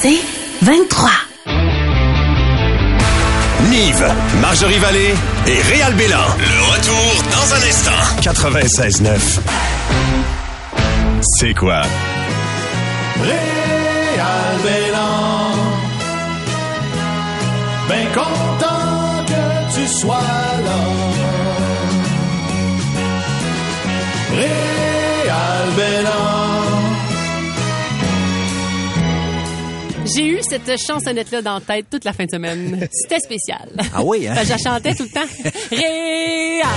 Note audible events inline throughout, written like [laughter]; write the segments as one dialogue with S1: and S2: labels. S1: C'est 23.
S2: Nive, Marjorie Vallée et Réal Bélan. Le retour dans un instant. 96.9. C'est quoi?
S3: Réal Bélan. Ben content que tu sois là. Réal Bélan.
S4: J'ai eu cette chansonnette-là dans la tête toute la fin de
S5: [laughs]
S4: semaine. C'était spécial.
S5: Ah oui, hein?
S4: Parce que je la chantais tout
S5: [laughs]
S4: le temps. Réal.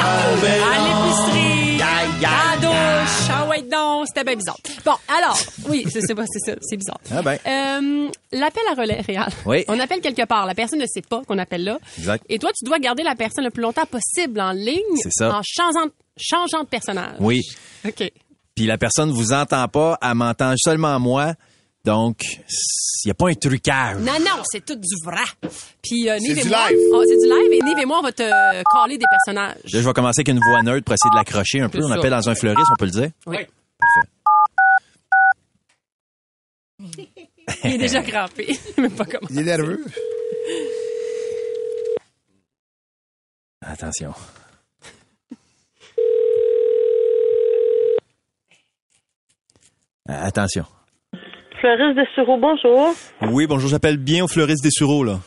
S4: À l'épicerie. À la douche. Ah ouais, donc, c'était bien bizarre. Bon, alors, oui, c'est c'est pas- c'est ça, c'est bizarre.
S5: Ah ben.
S4: Euh, l'appel à relais, Réal.
S5: Oui.
S4: On appelle quelque part. La personne ne sait pas qu'on appelle là.
S5: Exact.
S4: Et toi, tu dois garder la personne le plus longtemps possible en ligne.
S5: C'est ça.
S4: En changeant, changeant de personnage.
S5: Oui.
S4: OK.
S5: Puis la personne vous entend pas, elle m'entend seulement moi. Donc, il n'y a pas un trucage.
S4: Non, non, c'est tout du vrai. Puis euh, Nive
S6: C'est
S4: et
S6: du
S4: moi,
S6: live.
S4: Oh, c'est du live et Nive et moi, on va te euh, caler des personnages.
S5: Là, je vais commencer avec une voix neutre pour essayer de l'accrocher un peu.
S4: C'est
S5: On
S4: ça.
S5: appelle dans un fleuriste, on peut le dire.
S4: Oui.
S5: Parfait.
S4: Il est déjà crampé. [laughs] Mais pas comment.
S6: Il est nerveux.
S5: Attention. Ah, Attention.
S7: Fleuriste de Sureau, bonjour.
S5: Oui, bonjour, j'appelle bien au fleuriste des sureaux, là.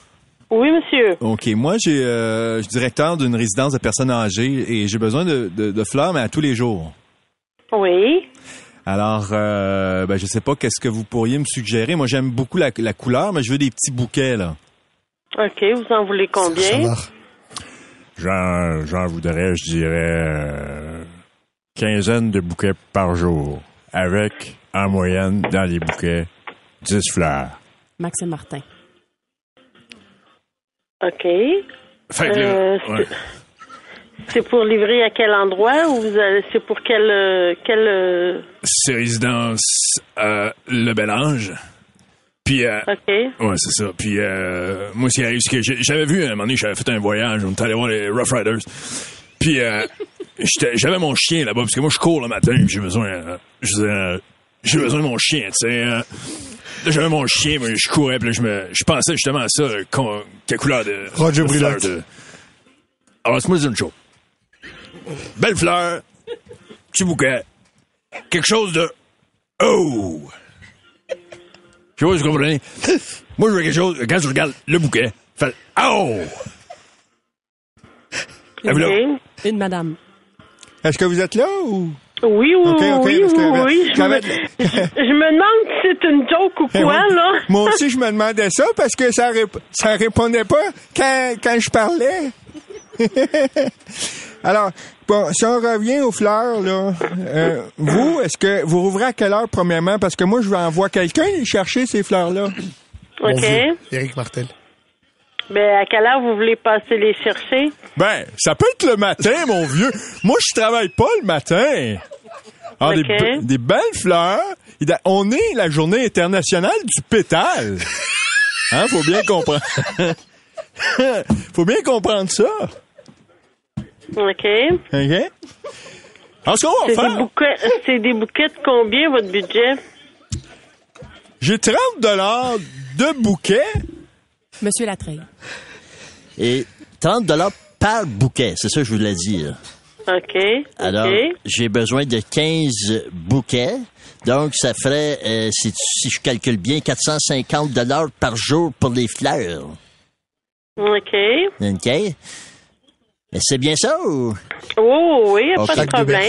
S7: Oui, monsieur.
S5: OK, moi, j'ai, euh, je suis directeur d'une résidence de personnes âgées et j'ai besoin de, de- de fleurs, mais à tous les jours.
S7: Oui.
S5: Alors, euh, ben, je sais pas qu'est-ce que vous pourriez me suggérer. Moi, j'aime beaucoup la, la couleur, mais je veux des petits bouquets, là.
S7: OK, vous en voulez
S6: Ça
S7: combien?
S6: va.
S8: J'en, j'en voudrais, je dirais, euh, quinzaine de bouquets par jour, avec, en moyenne, dans les bouquets, 10 fleurs.
S4: Maxime Martin.
S7: OK.
S8: Fait que
S7: Euh,
S8: là, ouais.
S7: C'est pour livrer à quel endroit ou vous allez, c'est pour quel, euh, quel, euh,
S8: c'est résidence euh, Le Bel Ange. Puis, euh,
S7: OK.
S8: ouais, c'est ça. Puis, euh, moi, ce qui arrive, c'est que j'ai- j'avais vu, à un moment donné, j'avais fait un voyage, on est allé voir les Rough Riders. Puis, euh, j'étais- j'avais mon chien là-bas, parce que moi, je cours le matin, puis j'ai besoin, euh, je veux dire, euh, j'ai besoin de mon chien, tu sais. euh. Là, j'avais mon chien, mais je courais, puis là, je, me, je pensais justement à ça, euh, qu'on- quelle couleur de.
S6: Roger
S8: de
S6: Brulotte.
S8: fleur de- Alors, c'est moi dire une chose. Belle fleur, petit bouquet, quelque chose de. Oh! Je sais pas si vous comprenez. Moi, je veux quelque chose, quand je regarde le bouquet, fait Oh! Et voilà.
S7: OK.
S4: Une madame.
S6: Est-ce que vous êtes là ou?
S7: Oui, oui,
S6: OK, OK,
S7: oui,
S6: parce que- ben,
S7: oui, oui. Je me,
S6: j'avais-
S7: je- je me demande si c'est une joke ou
S6: Eh
S7: quoi,
S6: oui.
S7: là.
S6: Moi aussi, je me demandais ça parce que ça, rép- ça répondait pas quand, quand je parlais. [laughs] Alors, bon, si on revient aux fleurs, là, euh, vous, est-ce que vous rouvrez à quelle heure, premièrement? Parce que moi, je vais envoyer quelqu'un chercher ces fleurs-là.
S7: OK.
S6: Éric Martel.
S7: Ben, à quelle heure vous voulez passer les chercher?
S6: Ben, ça peut être le matin, mon vieux. Moi, je travaille pas le matin. Alors, des
S7: Ok.
S6: be- des, belles fleurs. Il a- On est la journée internationale du pétale. Hein, faut bien comprendre. [laughs] faut bien comprendre ça.
S7: OK.
S6: OK? Alors, ce qu'on va
S7: C'est des
S6: faire,
S7: bouquets, c'est des bouquets de combien, votre budget?
S6: j'ai 30 dollars de bouquet.
S4: Monsieur Latreille.
S9: Et 30 dollars par bouquet, c'est ça que je voulais dire.
S7: OK.
S9: Alors,
S7: OK.
S9: j'ai besoin de 15 bouquets. Donc, ça ferait, euh, si, tu- si je calcule bien, 450 dollars par jour pour les fleurs.
S7: OK.
S9: OK? Mais c'est bien ça ou?
S7: Oh, oui, y a
S9: Ok.
S7: pas de problème.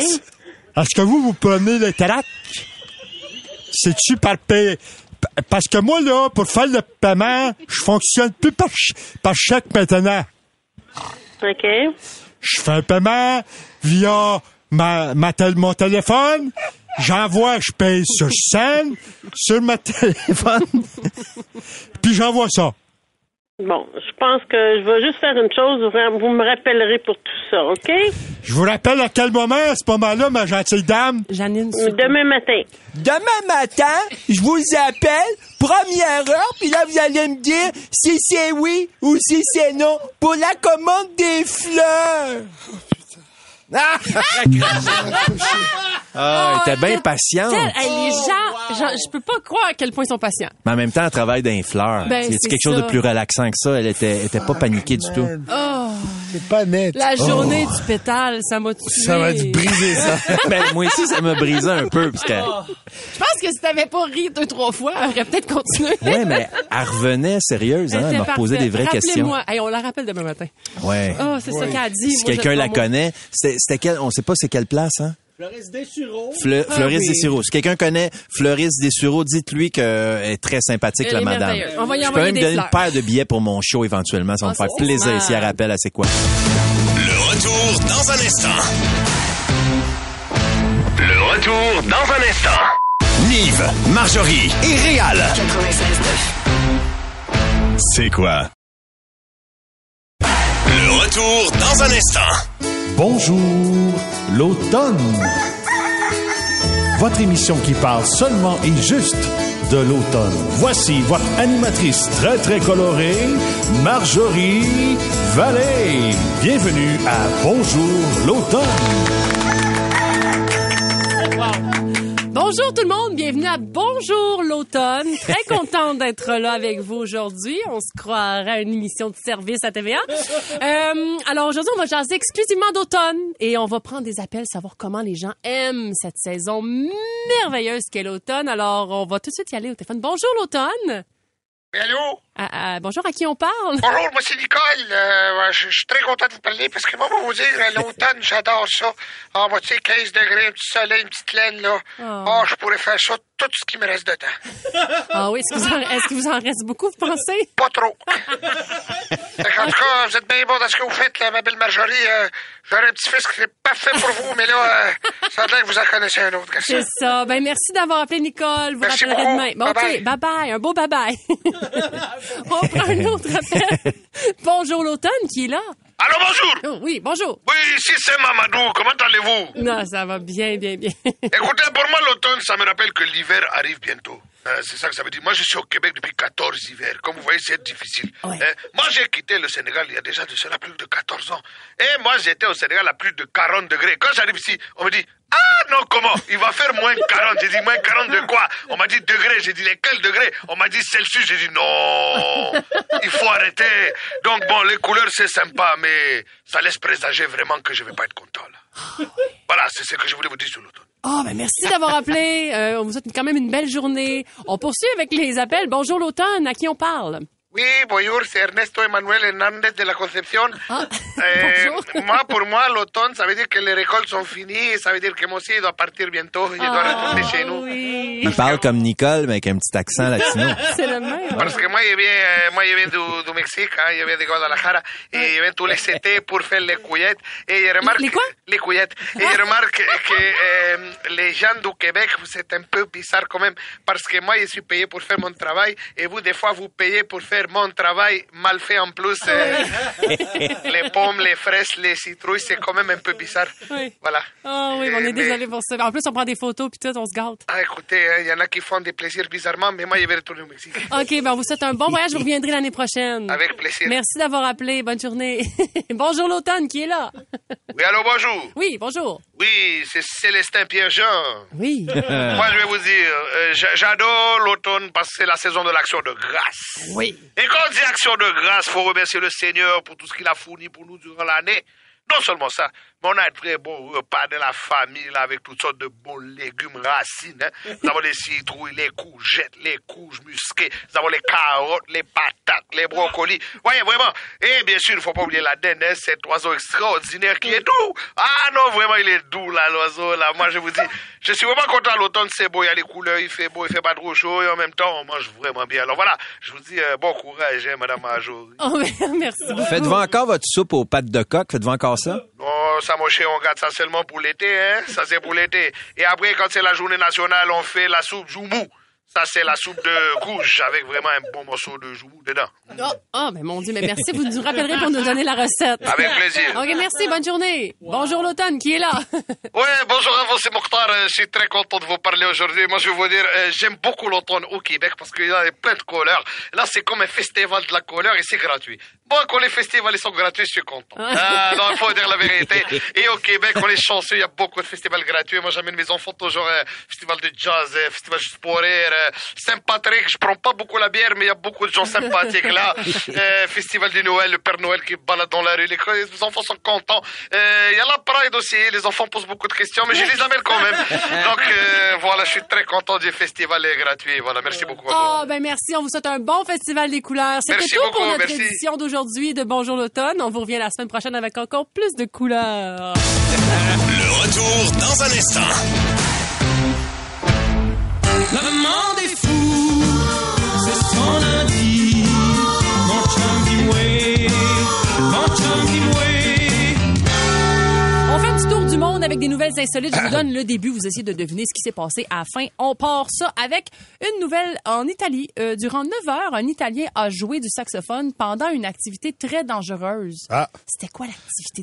S6: Est-ce que vous, vous prenez le trac? C'est-tu par paie- pa- Parce que moi, là, pour faire le paiement, je fonctionne plus par, ch- par chèque maintenant.
S7: OK.
S6: Je fais un paiement via ma, ma tel- mon téléphone. J'envoie, je paye sur scène, sur ma téléphone. [laughs] Puis j'envoie ça.
S7: Bon, je pense que je vais juste faire une chose. vous- Vous me rappellerez pour tout ça, OK?
S6: Je vous rappelle à quel moment, à ce moment-là, ma gentille dame.
S4: Janine.
S7: Mais Demain matin.
S5: Demain matin, je vous appelle, première heure, puis là, vous allez me dire si c'est oui ou si c'est non pour la commande des fleurs. [laughs] Ah, il était bien patient.
S4: Tel- Oh, hey, les gens Genre, je peux pas croire à quel point ils sont patients.
S10: Mais en même temps, elle travaille dans les fleurs.
S4: Ben,
S10: c'est
S4: c'est
S10: quelque chose
S4: ça.
S10: de plus relaxant que ça. Elle était, elle était pas paniquée du tout.
S4: Oh,
S6: C'est pas net.
S4: la journée du pétale, ça m'a tué.
S11: Ça va te briser, ça.
S10: [laughs] ben, moi aussi, ça me brisait un peu. Parce que,
S4: Oh. Je pense que si t'avais pas ri deux, trois fois, on aurait peut-être continué.
S10: ouais, mais elle revenait sérieuse. Hein,
S4: C'était
S10: elle me reposait
S4: parfait.
S10: des vraies questions.
S4: Rappelez-moi. Hey, on la rappelle demain matin.
S10: Ouais.
S4: Oh, c'est ça qu'elle a dit.
S10: si
S4: Moi,
S10: quelqu'un
S4: je-
S10: la
S4: moi-
S10: connaît, c'était c'était quel, on sait pas c'est quelle place, hein? Fleu-
S4: Ah
S10: Floris
S4: oui.
S10: Dessureau. Si quelqu'un connaît Floris Dessureau, dites-lui qu'elle est très sympathique,
S4: Elle
S10: la
S4: est
S10: madame.
S4: merveilleuse. On va y
S10: Je peux
S4: envoyer
S10: même
S4: des
S10: donner
S4: fleurs.
S10: une paire de billets pour mon show éventuellement. Ça va me
S4: Ah,
S10: faire
S4: c'est
S10: plaisir
S4: smart.
S10: si elle rappelle à c'est quoi.
S2: Le retour dans un instant. Le retour dans un instant. Nive, Marjorie et Réal. C'est quoi? Le retour dans un instant.
S3: Bonjour, l'automne. Votre émission qui parle seulement et juste de l'automne. Voici votre animatrice très très colorée, Marjorie Vallée. Bienvenue à Bonjour, l'automne.
S4: Bonjour tout le monde, bienvenue à Bonjour l'automne.
S10: [laughs]
S4: Très contente d'être là avec vous aujourd'hui. On se croirait à une émission de service à TVA. Euh, alors aujourd'hui, on va jaser exclusivement d'automne et on va prendre des appels, savoir comment les gens aiment cette saison merveilleuse qu'est l'automne. Alors on va tout de suite y aller au téléphone. Bonjour l'automne.
S12: Allô?
S4: Ah, ah, bonjour à qui on parle.
S12: Bonjour, moi c'est Nicole. Euh, ouais, je je suis très content de vous parler parce que moi, pour vous dire, euh, l'automne, [laughs] j'adore ça. Ah, moi, tu sais, 15 degrés, un petit soleil, une petite laine, là. Ah, je pourrais faire ça tout ce qui me reste de temps.
S4: Ah oui, est-ce que vous en- est-ce qu'il vous en reste beaucoup, vous pensez?
S12: Pas trop. en tout cas, vous êtes bien bon dans ce que vous faites, là, ma belle Marjorie. Euh, J'aurais un petit-fils qui serait parfait pour vous, mais là, euh, ça a l'air que vous en connaissez un autre. que ça. [laughs]
S4: C'est ça. Ben merci d'avoir appelé Nicole. Vous
S12: Merci
S4: rappellerez
S12: beaucoup.
S4: demain. Bon,
S12: Bye-bye.
S4: ok, bye bye. Un beau bye bye. [laughs]
S12: [laughs]
S4: On prend un autre appel. bonjour l'automne qui est là.
S12: Allô, bonjour.
S4: Oh, oui, bonjour.
S12: Oui, ici, c'est Mamadou. Comment allez-vous?
S4: Non, ça va bien, bien, bien.
S12: Eh Écoutez, pour moi, l'automne, ça me rappelle que l'hiver arrive bientôt. Hein, c'est ça que ça veut dire. Moi, je suis au Québec depuis 14 hivers. Comme vous voyez, c'est difficile. Hein, moi, j'ai quitté le Sénégal il y a déjà de cela plus de 14 ans. Et moi, j'étais au Sénégal à plus de 40 degrés. Quand j'arrive ici, on me dit Ah non, comment Il va faire moins 40. J'ai dit Moins 40 de quoi On m'a dit degrés. J'ai dit Lesquels degrés On m'a dit Celsius. J'ai dit Non Il faut arrêter. Donc, bon, les couleurs, c'est sympa, mais ça laisse présager vraiment que je vais pas être content. là. Voilà, c'est ce que je voulais vous dire sur l'automne.
S4: Oh, ben merci d'avoir
S12: [laughs]
S4: appelé. Euh, on vous souhaite quand même une belle journée. On poursuit avec les appels. Bonjour l'automne. À qui on parle?
S12: Oui, bonjour, c'est Ernesto Emmanuel Hernández de la Concepción. Euh,
S4: Ah, [laughs] bonjour.
S12: moi, pour moi, l'automne, ça veut dire que les récoltes sont finies, et ça veut dire que moi aussi, il doit partir bientôt, il doit
S4: Ah.
S12: retourner chez nous.
S10: Il parle comme Nicole, mais avec un petit accent latino.
S4: C'est le même.
S12: Parce que moi, je viens, euh, moi, je viens du, du Mexique, hein, je viens de Guadalajara,
S4: Ah.
S12: et je viens tous les étés pour faire les couillettes. Et je Eh, remarque,
S4: Les quoi?
S12: Les couillettes. Et
S4: Ah.
S12: je remarque que euh, les gens du Québec, c'est un peu bizarre quand même, parce que moi, je suis payé pour faire mon travail, et vous, des fois, vous payez pour faire mon travail mal fait en plus. euh,
S4: [laughs]
S12: les pommes, les fraises, les citrouilles, c'est quand même un peu bizarre.
S4: Oui.
S12: Voilà.
S4: Oh oui, on
S12: Euh,
S4: est
S12: mais-
S4: désolé pour ça. En plus, on prend des photos puis tout, on se gâte.
S12: Ah, écoutez, il y en a qui font des plaisirs bizarrement, mais moi, je vais retourner au Mexique.
S4: OK, ben on vous souhaite un bon voyage. Vous reviendrez l'année prochaine.
S12: Avec plaisir.
S4: Mm. Merci d'avoir appelé. Bonne journée. [laughs] bonjour l'automne qui est là. [laughs]
S12: Oui, allô, bonjour.
S4: Oui, bonjour.
S12: Oui, c'est Célestin Pierre-Jean.
S4: Oui.
S12: Moi, je vais vous dire, euh, j'a- j'adore l'automne parce que c'est la saison de l'action de grâce.
S4: Oui.
S12: Et quand on dit action de grâce, faut remercier le Seigneur pour tout ce qu'il a fourni pour nous durant l'année. Non seulement ça, mais on a un très bon repas de la famille là, avec toutes sortes de bons légumes racines. hein. Nous avons les citrouilles, les courgettes, les courges musquées. Nous avons les carottes, les patates, les brocolis. Voyez, vraiment. Et bien sûr, il ne faut pas oublier la dinde, hein, cet oiseau extraordinaire qui est doux. Ah non, vraiment, il est doux là, l'oiseau là. Moi, je vous dis, je suis vraiment content. L'automne, c'est beau, il y a les couleurs, il fait beau, il fait pas trop chaud. Et en même temps, on mange vraiment bien. Alors voilà, je vous dis euh, bon courage, hein, Madame Major.
S4: [laughs] Oh, merci. beaucoup.
S10: Faites-vous encore votre soupe aux pattes de coq? Faites-vous encore ça?
S12: Non, ça, mon cher, on garde ça seulement pour l'été, hein. Ça, c'est pour l'été. Et après, quand c'est la journée nationale, on fait la soupe joumou. Ça, c'est la soupe de courge avec vraiment un bon morceau de joue dedans.
S4: Ah, ah, ben mon Dieu, mais merci. Vous nous rappellerez pour nous donner la recette.
S12: Avec plaisir.
S4: OK, merci. Bonne journée. Bonjour l'automne qui est là.
S12: Ouais, bonjour à vous, c'est Mokhtar. Euh, Je suis très content de vous parler aujourd'hui. Moi, je vais vous dire, euh, j'aime beaucoup l'automne au Québec parce qu'il y a plein de couleurs. Là, c'est comme un festival de la couleur et c'est gratuit. Bon, quand les festivals ils sont gratuits, je suis content. Ah, non, il faut dire la vérité. Et au Québec, on est chanceux, il y a beaucoup de festivals gratuits. Moi, j'amène mes enfants toujours euh, festival de jazz, euh, festival juste pour rire, euh, Saint-Patrick. Je prends pas beaucoup la bière, mais il y a beaucoup de gens sympathiques là. Euh, festival de Noël, le Père Noël qui balade dans la rue. Les, les enfants sont contents. Euh, Il y a la Pride aussi. Les enfants posent beaucoup de questions, mais je les amène quand même. Donc, euh, voilà, je suis très content du festival est gratuit. Voilà, merci beaucoup. à vous.
S4: [laughs] Ah, ben merci. On vous souhaite un bon festival des couleurs. C'était
S12: Merci
S4: tout pour
S12: beaucoup,
S4: notre
S12: merci.
S4: édition d'aujourd'hui de Bonjour l'automne. On vous revient la semaine prochaine avec encore plus de couleurs.
S2: Le retour dans un instant.
S3: Le monde est fou, c'est ce qu'on a dit. Mon chum Kimwe, mon chum Kimwe.
S4: On fait un petit tour du monde avec des nouvelles insolites.
S10: [laughs]
S4: Je vous donne le début. Vous essayez de deviner ce qui s'est passé à la fin. On part ça avec une nouvelle en Italie. Euh, durant 9 heures, un Italien a joué du saxophone pendant une activité très dangereuse.
S10: Ah.
S4: C'était quoi l'activité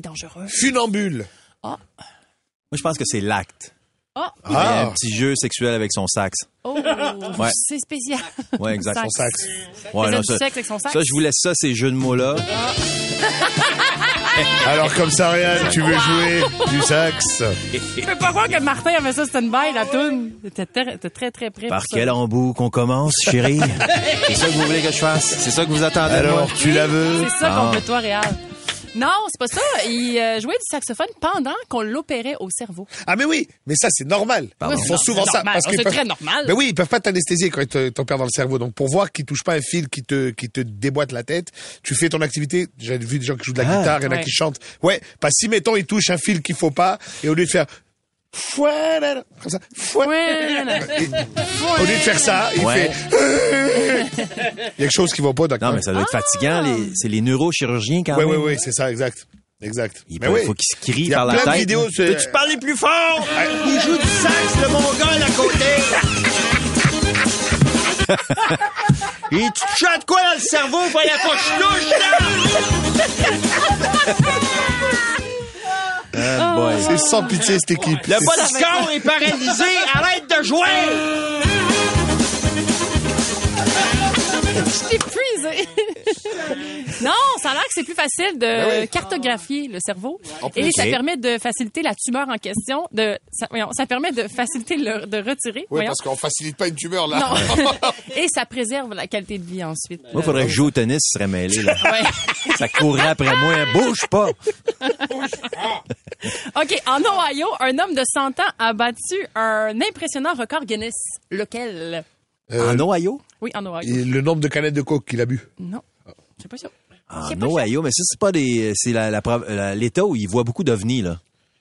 S10: [laughs]
S4: dangereuse?
S10: Funambule.
S4: Ah.
S10: Moi, je pense que c'est l'acte.
S4: Ah!
S10: Il y a Un petit jeu sexuel avec son sax.
S4: Oh,
S10: Ouais.
S4: c'est spécial.
S10: Ouais, exact.
S4: Sax.
S10: Ouais,
S4: Faisait
S10: non,
S4: du
S10: ça,
S4: sexe avec son sax.
S10: ça, je vous laisse ça, ces jeux de mots-là.
S11: Alors comme ça, Réal, tu veux jouer du sax
S4: Je peux pas croire que Martin avait ça, c'était une baille, la toune. T'étais ter- t'étais très, très près.
S10: Par
S4: pour ça.
S10: quel embout qu'on commence,
S4: [laughs]
S10: chérie? c'est ça que vous voulez que je fasse? C'est ça que vous attendez de moi?
S11: Alors, tu la veux?
S4: C'est ça
S10: Ah.
S4: contre toi, Réal. Non, c'est pas ça. Il euh, jouait du saxophone pendant qu'on l'opérait au cerveau.
S11: Ah mais oui, mais ça c'est normal.
S4: Pardon.
S11: Ils font
S4: Non,
S11: souvent
S4: c'est
S11: ça
S4: normal.
S11: parce
S4: Oh,
S11: qu'ils
S4: c'est
S11: peuvent-
S4: très normal.
S11: Mais Ben oui, ils peuvent pas t'anesthésier quand ils te- t'opèrent dans le cerveau. Donc pour voir qu'ils touchent pas un fil qui te qui te déboîte la tête, tu fais ton activité. J'ai vu des gens qui jouent de la
S10: Ah,
S11: guitare, il y en a
S10: ouais.
S11: qui chantent. Ouais, parce que si mettons ils touchent un fil qu'il faut pas et au lieu de faire Fouanana comme ça, fouanana. au lieu de faire ça, il
S10: Ouais.
S11: fait il y a quelque chose qui va pas.
S10: Non, Ah, mais ça doit
S4: Ah!
S10: être fatigant. les- C'est les neurochirurgiens, quand
S11: Ouais,
S10: même.
S11: ouais, ouais, c'est ça, exact. Exact.
S10: Il
S11: Mais
S10: peut-
S11: oui.
S10: faut qu'ils se crient
S11: Il y a
S10: par la
S11: plein de
S10: tête.
S11: vidéos, c'est-
S10: Peux-tu parler plus
S11: [laughs]
S10: fort?
S11: Il joue du sax, le mon gars, à
S10: [laughs]
S11: côté.
S10: Et tu te chantes quoi dans le cerveau? Voyons pas, je louche, là!
S11: C'est sans pitié cette équipe.
S10: Oh. Le bas
S11: C'est-
S10: du corps est paralysé. Arrête de jouer!
S4: Je t'ai épuisé. [laughs] non, ça a l'air que c'est plus facile de
S11: Ben oui.
S4: cartographier le cerveau.
S11: En plus.
S4: Et ça
S11: Ok.
S4: permet de faciliter la tumeur en question. De, ça, voyons, ça permet de faciliter le, de retirer.
S11: Oui,
S4: voyons.
S11: parce qu'on facilite pas une tumeur, là.
S4: Non. [laughs] Et ça préserve la qualité de vie ensuite.
S10: Moi, faudrait que je joue au tennis, je serais mêlé, là. Ça courrait après moi, hein. bouge pas!
S4: OK, en Ohio, un homme de 100 ans a battu un impressionnant record Guinness. Lequel?
S11: euh,
S10: en Ohio?
S4: Oui, en Ohio.
S11: le nombre de canettes de coke qu'il a bu.
S4: Non. C'est pas ça.
S10: En Ohio, mais ça, c'est pas des. C'est la- la prov- la- l'État où ils voient beaucoup d'ovnis, là.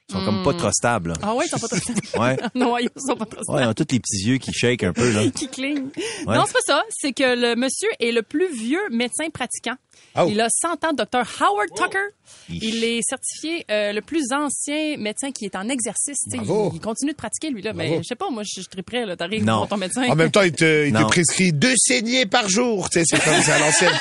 S10: Ils sont comme pas
S4: Hmm.
S10: trustables, là.
S4: Ah ouais, ils
S11: [laughs]
S4: sont pas trop [laughs]
S10: Ouais.
S4: En Ohio, ils sont pas trop
S10: Ouais, ils ont tous les petits yeux qui shake un peu, là.
S4: qui cligne.
S10: Ouais.
S4: Non, c'est pas ça. C'est que le monsieur est le plus vieux médecin pratiquant.
S10: Oh.
S4: Il a 100 ans, docteur Howard Tucker. Il est certifié euh, le plus ancien médecin qui est en exercice. Tu sais,
S11: Bravo.
S4: Il, il continue de pratiquer, lui, là. Mais
S11: Bravo.
S4: je sais pas, moi, je suis très prêt, là. T'arrives
S11: Non.
S4: pour ton médecin.
S11: En même temps, il te, il te
S10: Non.
S11: prescrit deux saignées par jour. Tu sais, c'est comme ça à l'ancienne.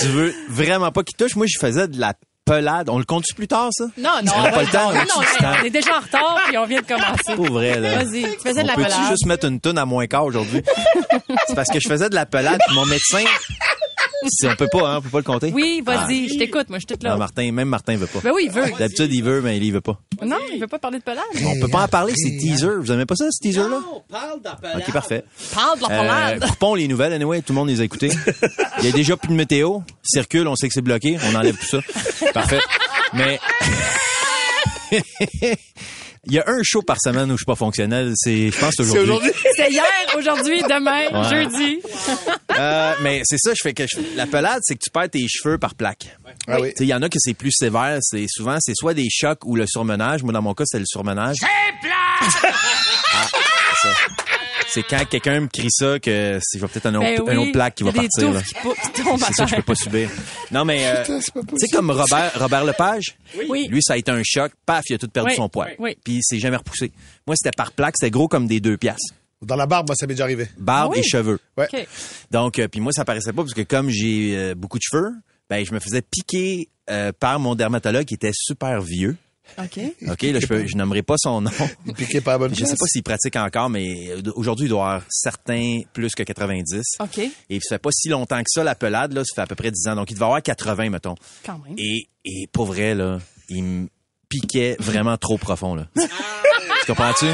S10: Tu veux vraiment pas qu'il touche? Moi, je faisais de la pelade. On le compte-tu plus tard, ça?
S4: [laughs] Non, non.
S10: On n'a pas le temps. on
S4: Non,
S10: a-tu
S4: non,
S10: du temps?
S4: on est déjà en retard, puis on vient de commencer.
S10: Pour vrai, là.
S4: Vas-y, tu faisais de la
S10: On peut-tu
S4: pelade.
S10: juste mettre une tonne à moins quart
S4: [laughs]
S10: aujourd'hui? c'est parce que je faisais de la pelade, puis mon médecin... Si on peut pas, hein? On peut pas le compter?
S4: Oui, vas-y,
S10: Ah.
S4: je t'écoute, moi, je suis toute
S10: Non, Ah,
S4: là.
S10: Martin, même Martin veut pas.
S4: Ben oui, il veut.
S10: D'habitude, il veut, mais il y veut pas.
S4: Non, il veut pas parler de pelade.
S10: On peut pas en parler, c'est teaser. Vous aimez pas ça, ce teaser-là?
S4: Parle de la pelade.
S10: Ok, parfait. [laughs]
S4: Parle de la pelade.
S10: Euh, coupons les nouvelles, anyway, tout le monde les a écoutées. Il y a déjà plus de météo. Circule, on sait que c'est bloqué, on enlève tout ça. Parfait. Mais [laughs] il y a un show par semaine où je suis pas fonctionnel, c'est je pense aujourd'hui.
S4: C'est hier, aujourd'hui, demain,
S10: Ouais.
S4: jeudi.
S10: Euh, mais c'est ça, je fais que je... la pelade, c'est que tu perds tes cheveux par plaque.
S11: Ah oui.
S10: Tu sais, Il y en a que c'est plus sévère, c'est souvent c'est soit des chocs ou le surmenage. Moi dans mon cas, c'est le surmenage. Ah, c'est ça. C'est quand quelqu'un me crie ça que c'est- je vais peut-être un, autre-
S4: Ben
S10: un
S4: oui,
S10: autre plaque qui
S4: il y
S10: va
S4: a des
S10: partir.
S4: touffes
S10: là.
S4: qui pou- qui tombent à
S10: C'est ça, je
S4: terre.
S10: peux pas subir. Non, mais euh,
S4: Putain,
S10: tu
S4: c'est pas
S10: sais comme Robert, Robert Lepage,
S4: Oui.
S10: lui ça a été un choc, paf, il a tout perdu
S4: Oui,
S10: son poids.
S4: oui.
S10: Puis il s'est jamais repoussé. Moi c'était par plaque, c'était gros comme des deux piastres.
S11: Dans la barbe, moi, ça m'est déjà arrivé.
S4: Ah
S10: Barbe et cheveux.
S11: Ouais.
S10: Donc, euh, puis moi, ça paraissait pas parce que comme j'ai euh, beaucoup de cheveux, ben je me faisais piquer euh, par mon dermatologue qui était super vieux.
S13: OK.
S10: OK, là, je, peux- je nommerai pas son nom. Il
S11: piquait [laughs] pas bonne
S10: Je sais
S11: place.
S10: pas s'il pratique encore, mais euh, aujourd'hui, il doit avoir certains plus que 90.
S11: Ah.
S13: OK.
S10: Et ça fait pas si longtemps que ça, la pelade, là, ça fait à peu près 10 ans. Donc, il devait avoir 80, mettons.
S13: Quand
S11: Mmh.
S13: même.
S10: Et, et pour vrai, là, il me piquait vraiment trop profond, là. tu comprends-tu?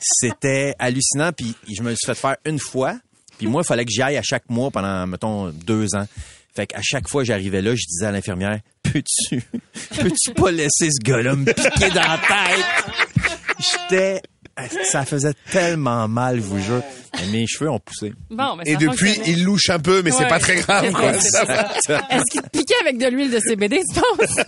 S10: C'était hallucinant, puis je me le suis fait faire une fois. Puis moi, il fallait que j'y aille à chaque mois pendant, mettons, deux ans. Fait qu'à chaque fois que j'arrivais là, je disais à l'infirmière, peux-tu, [laughs] peux-tu pas laisser ce gars-là me piquer dans la tête? J'étais, ça faisait tellement mal, je vous jure. Mais mes cheveux ont poussé.
S4: Bon, mais
S11: Et
S4: ça
S11: depuis,
S4: fonctionnait.
S11: [laughs] il louche un peu, mais c'est
S4: Ouais.
S11: pas très grave. quoi.
S4: C'est
S11: Ça
S4: ça.
S11: va.
S10: [laughs]
S4: Est-ce qu'il te piquait avec de l'huile de CBD, tu penses?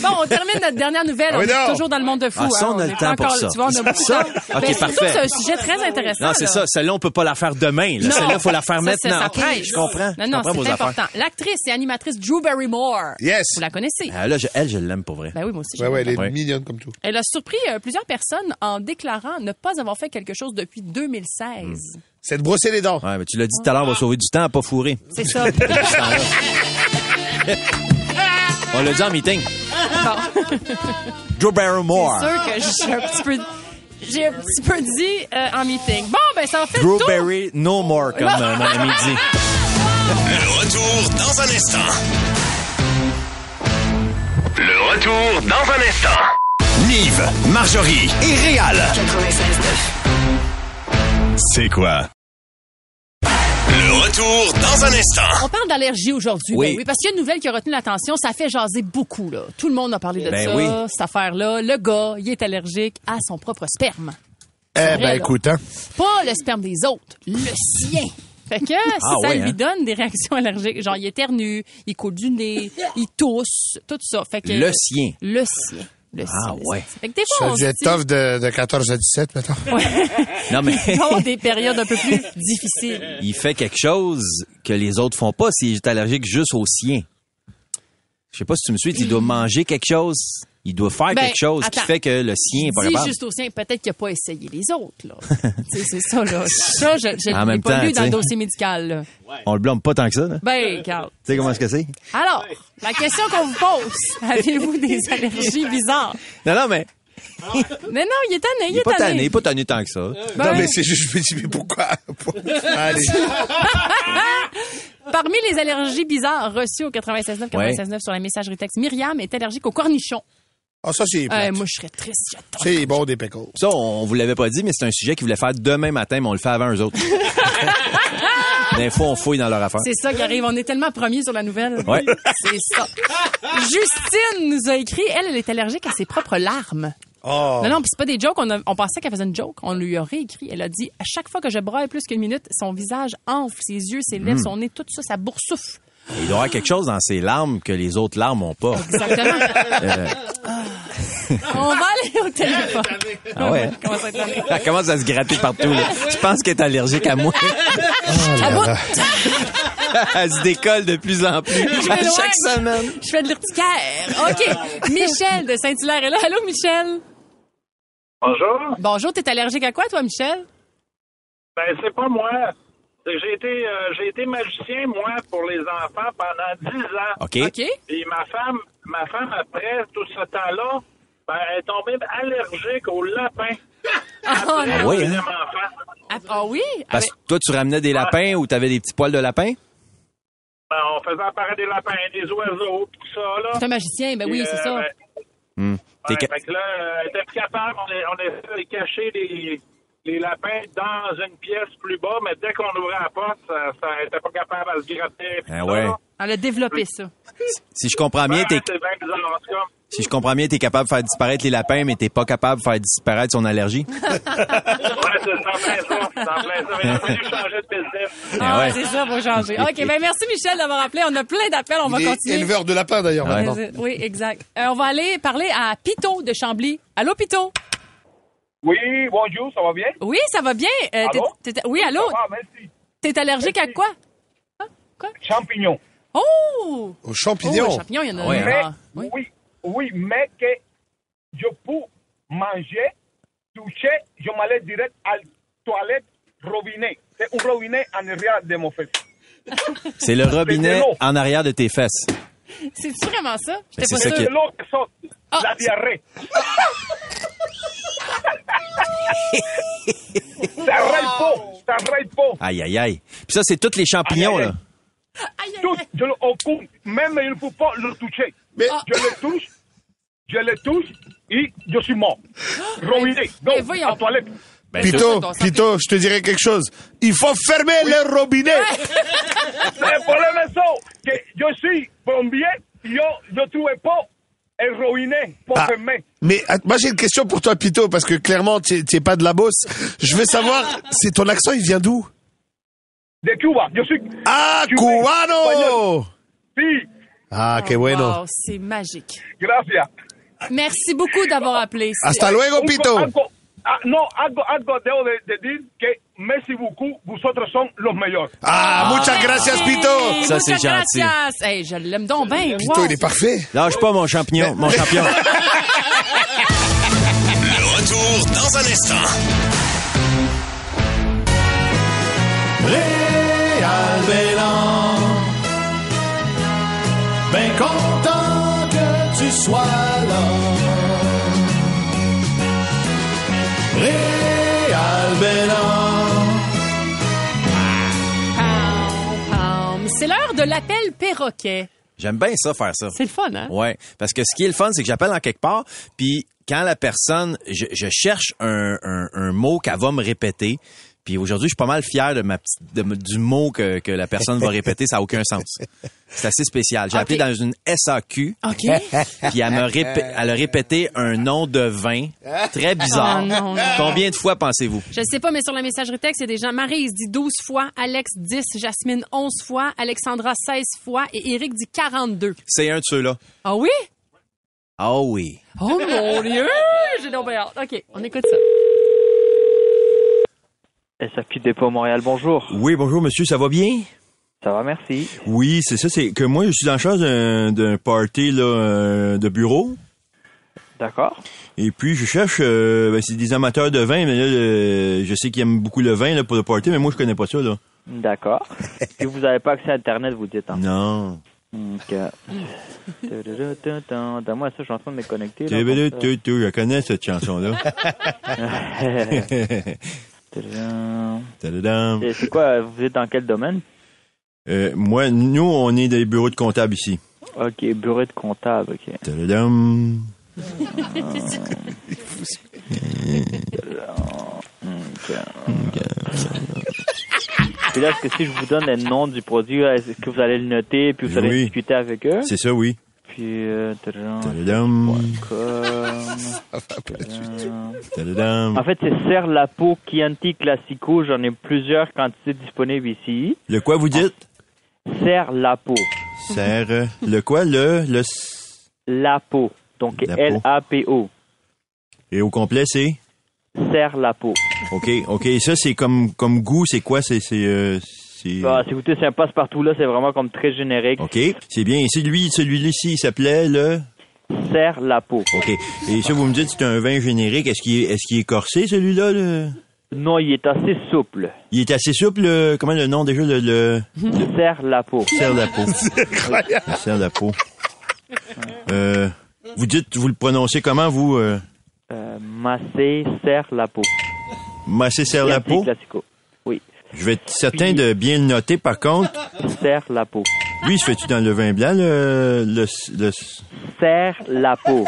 S4: Bon, on termine notre dernière nouvelle.
S10: Ah
S4: on
S10: oui,
S4: est
S10: non.
S4: toujours dans le monde de fou.
S10: Ah, ça,
S4: hein.
S10: on a
S4: est
S10: le
S4: pas
S10: temps pour
S4: encore-
S10: ça.
S4: Tu vois, on a beaucoup de
S10: Ça,
S4: temps.
S10: ok,
S4: Ben, surtout,
S10: parfait.
S4: C'est un sujet très intéressant.
S10: Non, c'est
S4: Ah, là.
S10: ça. Celle-là, on peut pas la faire demain. là.
S4: Non.
S10: Celle-là, faut la faire
S4: Ça, c'est-
S10: maintenant.
S4: ça
S10: OK,
S4: presse.
S10: je comprends. je
S4: Non, non,
S10: comprends vos
S4: c'est
S10: affaires.
S4: important. L'actrice et animatrice Drew Barrymore.
S10: Yes.
S4: Vous la connaissez.
S10: Ah, là, je- elle, je l'aime pour vrai.
S4: Ben oui, moi aussi, je Ouais, ouais, l'aime. elle est
S11: mignonne comme tout.
S4: Elle a surpris euh, plusieurs personnes en déclarant ne pas avoir fait quelque chose depuis 2016.
S11: C'est de brosser les dents.
S10: Ouais, mais tu l'as dit tout à l'heure, on va
S4: Ah.
S10: sauver du temps à pas fourrer.
S4: C'est ça.
S10: On l'a dit en meeting.
S4: Bon.
S10: Drew Barrymore.
S4: sûr que j'ai un petit peu, j'ai un petit peu dit euh, en meeting. Bon, ben ça en fait
S10: Drew
S4: tout.
S10: Barry, no more, comme
S4: Non.
S10: euh, mon ami dit.
S2: Le retour dans un instant. Le retour dans un instant. Nive, Marjorie et Réal.
S1: 96.9.
S2: C'est quoi? Le retour dans un instant.
S4: On parle d'allergie aujourd'hui.
S2: Oui.
S4: Ben oui, parce qu'il y a une nouvelle qui a retenu l'attention. Ça fait jaser beaucoup, là. Tout le monde a parlé de
S11: Ben
S4: ça,
S11: oui.
S4: cette affaire-là. Le gars, il est allergique à son propre sperme.
S11: Eh
S4: vrai, là.
S11: ben, écoute, hein.
S4: Pas le sperme des autres, le sien. Fait que si ça
S11: ouais,
S4: lui
S11: hein?
S4: donne des réactions allergiques, genre il éternue, il coule du nez, il tousse, tout ça. Fait que,
S11: Le sien. Ah
S4: Le sien. Le sien. le
S11: ouais.
S4: sien. Fait que des
S11: Ça
S4: fois, on se
S11: devient
S4: dit-
S11: tough de, de 14 à 17, maintenant.
S10: Non, mais
S4: ils ont des périodes un peu plus difficiles.
S10: il fait quelque chose que les autres font pas s'il est allergique juste au sien. Je sais pas si tu me suis, il doit manger quelque chose. Il doit faire
S4: Ben,
S10: quelque chose
S4: attends.
S10: qui fait que le sien est pas
S4: Dis
S10: capable.
S4: juste au sien, peut-être qu'il n'a pas essayé les autres.
S10: [laughs]
S4: Là. Tu sais, c'est ça, là. Ça, je
S10: En
S4: ne l'ai
S10: même
S4: pas
S10: temps,
S4: lu dans le
S10: tu sais.
S4: dossier médical. là.
S10: On le blâme pas tant que ça. là.
S4: Ben, Carl.
S10: Tu sais comment est-ce que c'est?
S4: Alors, la question qu'on vous pose, [laughs] avez-vous des allergies bizarres?
S10: Non, non, mais
S4: Mais non, il est tanné, il,
S10: il est
S4: est
S10: pas tanné, il
S4: tanné.
S10: est pas tanné tant que ça.
S4: Ben Non, mais oui.
S11: c'est juste, je me dis,
S4: [laughs]
S11: mais pourquoi?
S10: Allez.
S4: Parmi les allergies bizarres reçues au 96.9
S11: Ouais.
S4: 96.9 sur la messagerie texte, Myriam est allergique aux cornichons.
S11: Ah, ça, c'est
S4: Euh,
S11: plate.
S4: moi, je serais triste. j'adore.
S11: C'est bon, des pécos.
S10: Ça, on vous l'avait pas dit, mais c'est un sujet qu'ils voulaient faire demain matin, mais on le fait avant eux autres. Des fois, on fouille dans leur affaire.
S4: C'est ça qui arrive. On est tellement premiers sur la nouvelle.
S10: Ouais.
S4: [laughs] C'est ça. Justine nous a écrit, elle, elle est allergique à ses propres larmes.
S11: Oh.
S4: Non, non, puis c'est pas des jokes. On, a- on pensait qu'elle faisait une joke. On lui a réécrit. Elle a dit à chaque fois que je braille plus qu'une minute, son visage enfle, ses yeux, ses lèvres,
S10: Mm.
S4: son nez, tout ça, ça boursoufle.
S10: Il doit y avoir quelque chose dans ses larmes que les autres larmes ont [laughs] pas. Euh,
S4: On va aller au téléphone.
S10: ah ouais.
S4: Elle commence à être allée.
S10: Elle commence à se gratter partout. là. Tu penses qu'elle est allergique à moi? [laughs]
S4: Ah bon?
S10: Elle se décolle de plus en plus.
S4: Je
S10: À
S4: m'éloigne.
S10: chaque semaine.
S4: Je fais de l'urticaire.
S10: [laughs]
S4: OK. Michel de Saint-Hilaire est là. Allô, Michel?
S14: Bonjour.
S4: Bonjour. T'es allergique à quoi, toi, Michel?
S14: Ben, c'est pas moi. C'est- J'ai été, euh, j'ai été magicien, moi, pour les enfants pendant 10 ans.
S10: OK.
S14: OK. Puis ma femme, ma femme, après tout ce temps-là, ben, elle est tombée allergique au lapin. Après
S10: Ah
S14: le
S10: oui, hein?
S14: deuxième enfant.
S4: Ah, oui?
S10: Parce que toi, tu ramenais des lapins ou t'avais des petits poils de lapin?
S14: Ben, on faisait apparaître des lapins, des oiseaux, pis tout ça, là.
S4: C'est un magicien, ben oui,
S14: Puis,
S4: c'est
S14: euh,
S4: ça.
S14: ben,
S10: Hmm. T'es
S14: Ouais,
S10: ca-
S14: fait que là, euh, elle était plus capable. On, a- on essayait de cacher les, les lapins dans une pièce plus bas, mais dès qu'on ouvrait la porte, ça, ça elle était pas capable à se gratter.
S10: Ah ouais.
S4: Elle a développé ça.
S10: Si je comprends bien, t'es...
S14: Ben, C'est bien bizarre, en tout cas.
S10: Si je comprends bien, t'es capable de faire disparaître les lapins, mais t'es pas capable de faire disparaître son allergie.
S14: ouais, c'est en plein ça. C'est en plein ça. Mais on a changer de business.
S4: Ah,
S10: ouais.
S4: c'est ça, va changer. OK, ben merci Michel d'avoir appelé. On a plein d'appels, on
S11: Il
S4: va
S11: est
S4: continuer.
S11: éleveur de lapins, d'ailleurs,
S4: Ouais.
S11: maintenant.
S4: Oui, exact. Euh, on va aller parler à Pito de Chambly. Allô, Pito?
S15: Oui, bonjour, ça va bien?
S4: Oui, ça va bien. Euh,
S15: Allô?
S4: t'es- t'es- oui, allô?
S15: Ça va, merci.
S4: T'es allergique à quoi? Hein? Quoi?
S15: Champignons.
S4: Oh!
S11: Aux
S4: Oh, aux champignons, il y en a. il y en
S15: Mais-
S4: a-
S15: oui. oui, mais que je peux manger, toucher, je je m'allais direct à la toilette robinet. C'est un robinet en arrière de mon fesse.
S16: C'est le robinet en arrière de tes fesses.
S4: C'est vraiment ça?
S16: Mais c'est ça qui est-
S15: l'eau qui saute, la diarrhée. T'arrêtes pas, t'arrêtes pas.
S16: Aïe, aïe, aïe. Puis ça, c'est tous les champignons, là.
S15: Tout, je le occupe, même il ne faut pas le toucher. Mais je le touche, je le touche et je suis mort. Ruiné. Donc, en toilette.
S10: Ben,
S11: Pito, Pito, je te dirais quelque chose. Il faut fermer le robinet.
S15: Le problème est ça, que je suis plombier, yo je ne trouvais pas un ruiné pour
S11: Ah,
S15: fermer.
S11: mais att- moi j'ai une question pour toi, Pito, parce que clairement tu n'es pas de la bosse. Je veux savoir, c'est ton accent, il vient d'où
S15: De Cuba, je suis.
S11: Ah,
S15: cubano! Si,
S11: Ah, que bueno.
S4: Wow, c'est magique.
S15: gracias.
S4: Merci beaucoup d'avoir appelé. Oh,
S15: Algo- ah, no, algo, algo debo de, de decir que Messi Bucú, vosotros son los mejores.
S4: oh,
S11: Ah, muchas gracias, Pito.
S16: Ça, c'est gentil.
S4: Gracias. Hey, je l'aime donc bien.
S16: Pito,
S4: oh, wow.
S16: il est parfait. Lâche pas mon champignon,
S15: [laughs]
S16: mon champion.
S10: Le retour dans un instant.
S3: Réal Bélan. Ben content que tu sois là. Réal Bélan.
S4: Um, c'est l'heure de l'appel perroquet.
S16: J'aime bien ça, faire ça.
S4: C'est le fun, hein?
S16: Ouais, parce que ce qui est le fun, c'est que j'appelle en quelque part, puis quand la personne, je, je cherche un, un- un mot qu'elle va me répéter. Puis aujourd'hui, je suis pas mal fier de ma petite, de- du mot que, que la personne va répéter. Ça n'a aucun sens. C'est assez spécial. J'ai
S4: Ok.
S16: appelé dans une SAQ.
S4: OK.
S11: [laughs] Ah
S16: Puis elle, me répé- elle a répété un nom de vin très bizarre.
S4: Oh non, non.
S16: Combien de fois pensez-vous?
S4: Je sais pas, mais sur la messagerie texte, c'est des gens. Marise dit 12 fois, Alex 10, Jasmine 11 fois, Alexandra 16 fois et Eric dit 42.
S16: C'est un de ceux-là.
S4: Ah oui?
S16: Ah oui.
S4: Oh mon Dieu! J'ai donc bien hâte. OK, on écoute ça.
S13: SAQ Dépôt Montréal, bonjour.
S16: Oui, bonjour monsieur, ça va bien?
S13: Ça va, merci.
S16: Oui, c'est ça, c'est que moi je suis en charge d'un, d'un party là, euh, de bureau.
S13: D'accord.
S16: Et puis je cherche euh, ben, c'est des amateurs de vin, mais là le- je sais qu'ils aiment beaucoup le vin là, pour le party, mais moi je connais pas ça là. [laughs]
S13: D'accord. si vous n'avez pas accès à Internet, vous dites. Hein.
S16: Non.
S13: Donc, [laughs] euh, tadadadadadam. moi, ça, je suis en train de me connecter. là,
S16: Tu-
S13: comme ça.
S16: tu- tu, Je connais cette chanson là.
S13: [laughs]
S16: Tadadam.
S13: Et C'est quoi, vous êtes dans quel domaine?
S16: Euh, moi, nous, on est des bureaux de comptables ici.
S13: Ok, bureau de comptable, Ah, ok.
S16: Tadadam.
S13: Puis là, est-ce que si je vous donne le nom du produit, est-ce que vous allez le noter puis vous allez
S16: Oui.
S13: discuter avec eux?
S16: C'est ça, oui.
S13: Puis, euh, tadadam,
S16: Tadadam.
S13: tadadam.
S16: Tadadam.
S13: En fait, c'est Serre la peau Chianti Classico. J'en ai plusieurs quantités disponibles ici.
S16: Le quoi vous dites?
S13: Serre la peau.
S16: Serre euh, le quoi? Le. le... s-
S13: La peau. Donc
S16: La peau.
S13: L-A-P-O.
S16: Et au complet, c'est?
S13: Serre la peau.
S16: OK, OK. Ça, c'est comme, comme goût, c'est quoi? C'est. c'est, euh, c'est-
S13: Ah, si vous écoutez, c'est un passe-partout là, c'est vraiment comme très générique.
S16: OK, c'est bien. Et c'est lui, celui-là ici, il s'appelait le.
S13: Serre la peau.
S16: OK. Et ça, vous me dites, c'est un vin générique. Est-ce qu'il est, est, qu'il est corsé, celui-là? le-
S13: Non, il est assez souple.
S16: Il est assez souple. le- Comment le nom déjà? Le. le...
S13: Serre la peau.
S16: Serre la peau. Le Serre la peau. Euh, vous dites, vous le prononcez comment, vous? Euh...
S13: Euh, massé, serre la peau.
S16: Massé serre la
S13: Chianti
S16: peau?
S13: Classico. Oui.
S16: Je vais être certain de bien le noter, par contre.
S13: Serre la peau.
S16: Lui, il se fait-tu dans le vin blanc, le... le, le...
S13: Serre la peau.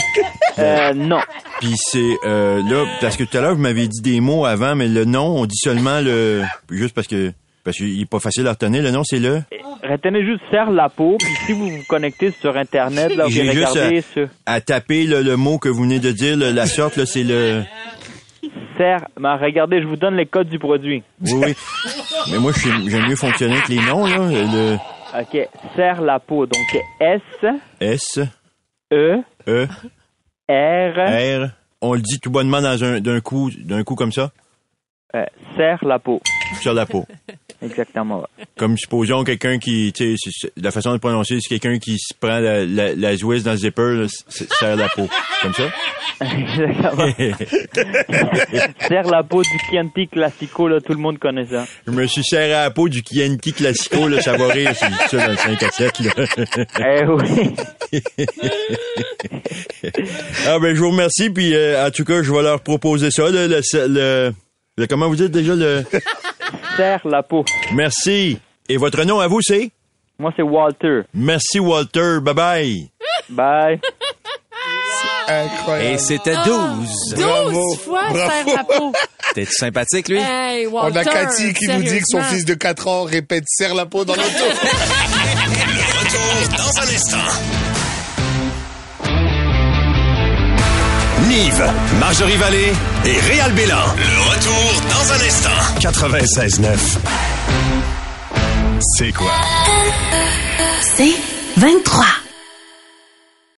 S13: Euh, non.
S16: Puis c'est... euh, là, parce que tout à l'heure, vous m'avez dit des mots avant, mais le nom, on dit seulement le... Juste parce que... Parce qu'il est pas facile à retenir, le nom, c'est le...
S13: Retenez juste serre la peau, puis si vous vous connectez sur Internet, là, vous
S16: J'ai juste
S13: regardez
S16: à,
S13: sur
S16: à taper là, le mot que vous venez de dire, le- la sorte, là, c'est le...
S13: serre. Ben, regardez, je vous donne les codes du produit.
S16: Oui, oui. Mais moi, je suis- j'aime mieux fonctionner avec les noms, là. Le
S13: OK. Serre la peau. Donc, S,
S16: S,
S13: E,
S16: E,
S13: R,
S16: R. On le dit tout bonnement dans un, d'un coup, d'un coup comme ça.
S13: euh, serre la peau.
S16: Sur la peau.
S13: Exactement. [laughs] ouais.
S16: Comme supposons quelqu'un qui, tu sais, c'est- c'est- la façon de prononcer, c'est quelqu'un qui se prend la, la, la jouisse dans le zipper, là, s- s- serre la peau. Comme ça?
S10: [laughs]
S13: Serre la peau du Chianti Classico, là, tout le monde connaît ça.
S16: Je me suis serré à la peau du Chianti Classico, là, ça va rire, c'est ça, dans le 5 à 7, là.
S13: Eh oui.
S16: ah, ben, je vous remercie, puis euh, en tout cas, je vais leur proposer ça, là, le, le- le- comment vous dites déjà, le...
S13: Serre la peau.
S16: Merci. Et votre nom à vous, c'est?
S13: Moi, c'est Walter.
S16: Merci, Walter. Bye-bye.
S13: Bye.
S16: Incroyable.
S10: Et c'était 12. 12 fois faire la peau.
S16: T'es sympathique,
S10: lui? Hey,
S11: On a
S10: Walter,
S11: Cathy qui nous dit que son
S10: sérieusement.
S11: fils de 4 ans répète serre la peau dans l'auto.
S2: Retour dans un instant. Nive, Marjorie Vallée et Réal Bélan. Le retour dans un instant. 96.9. C'est quoi?
S3: C'est 23.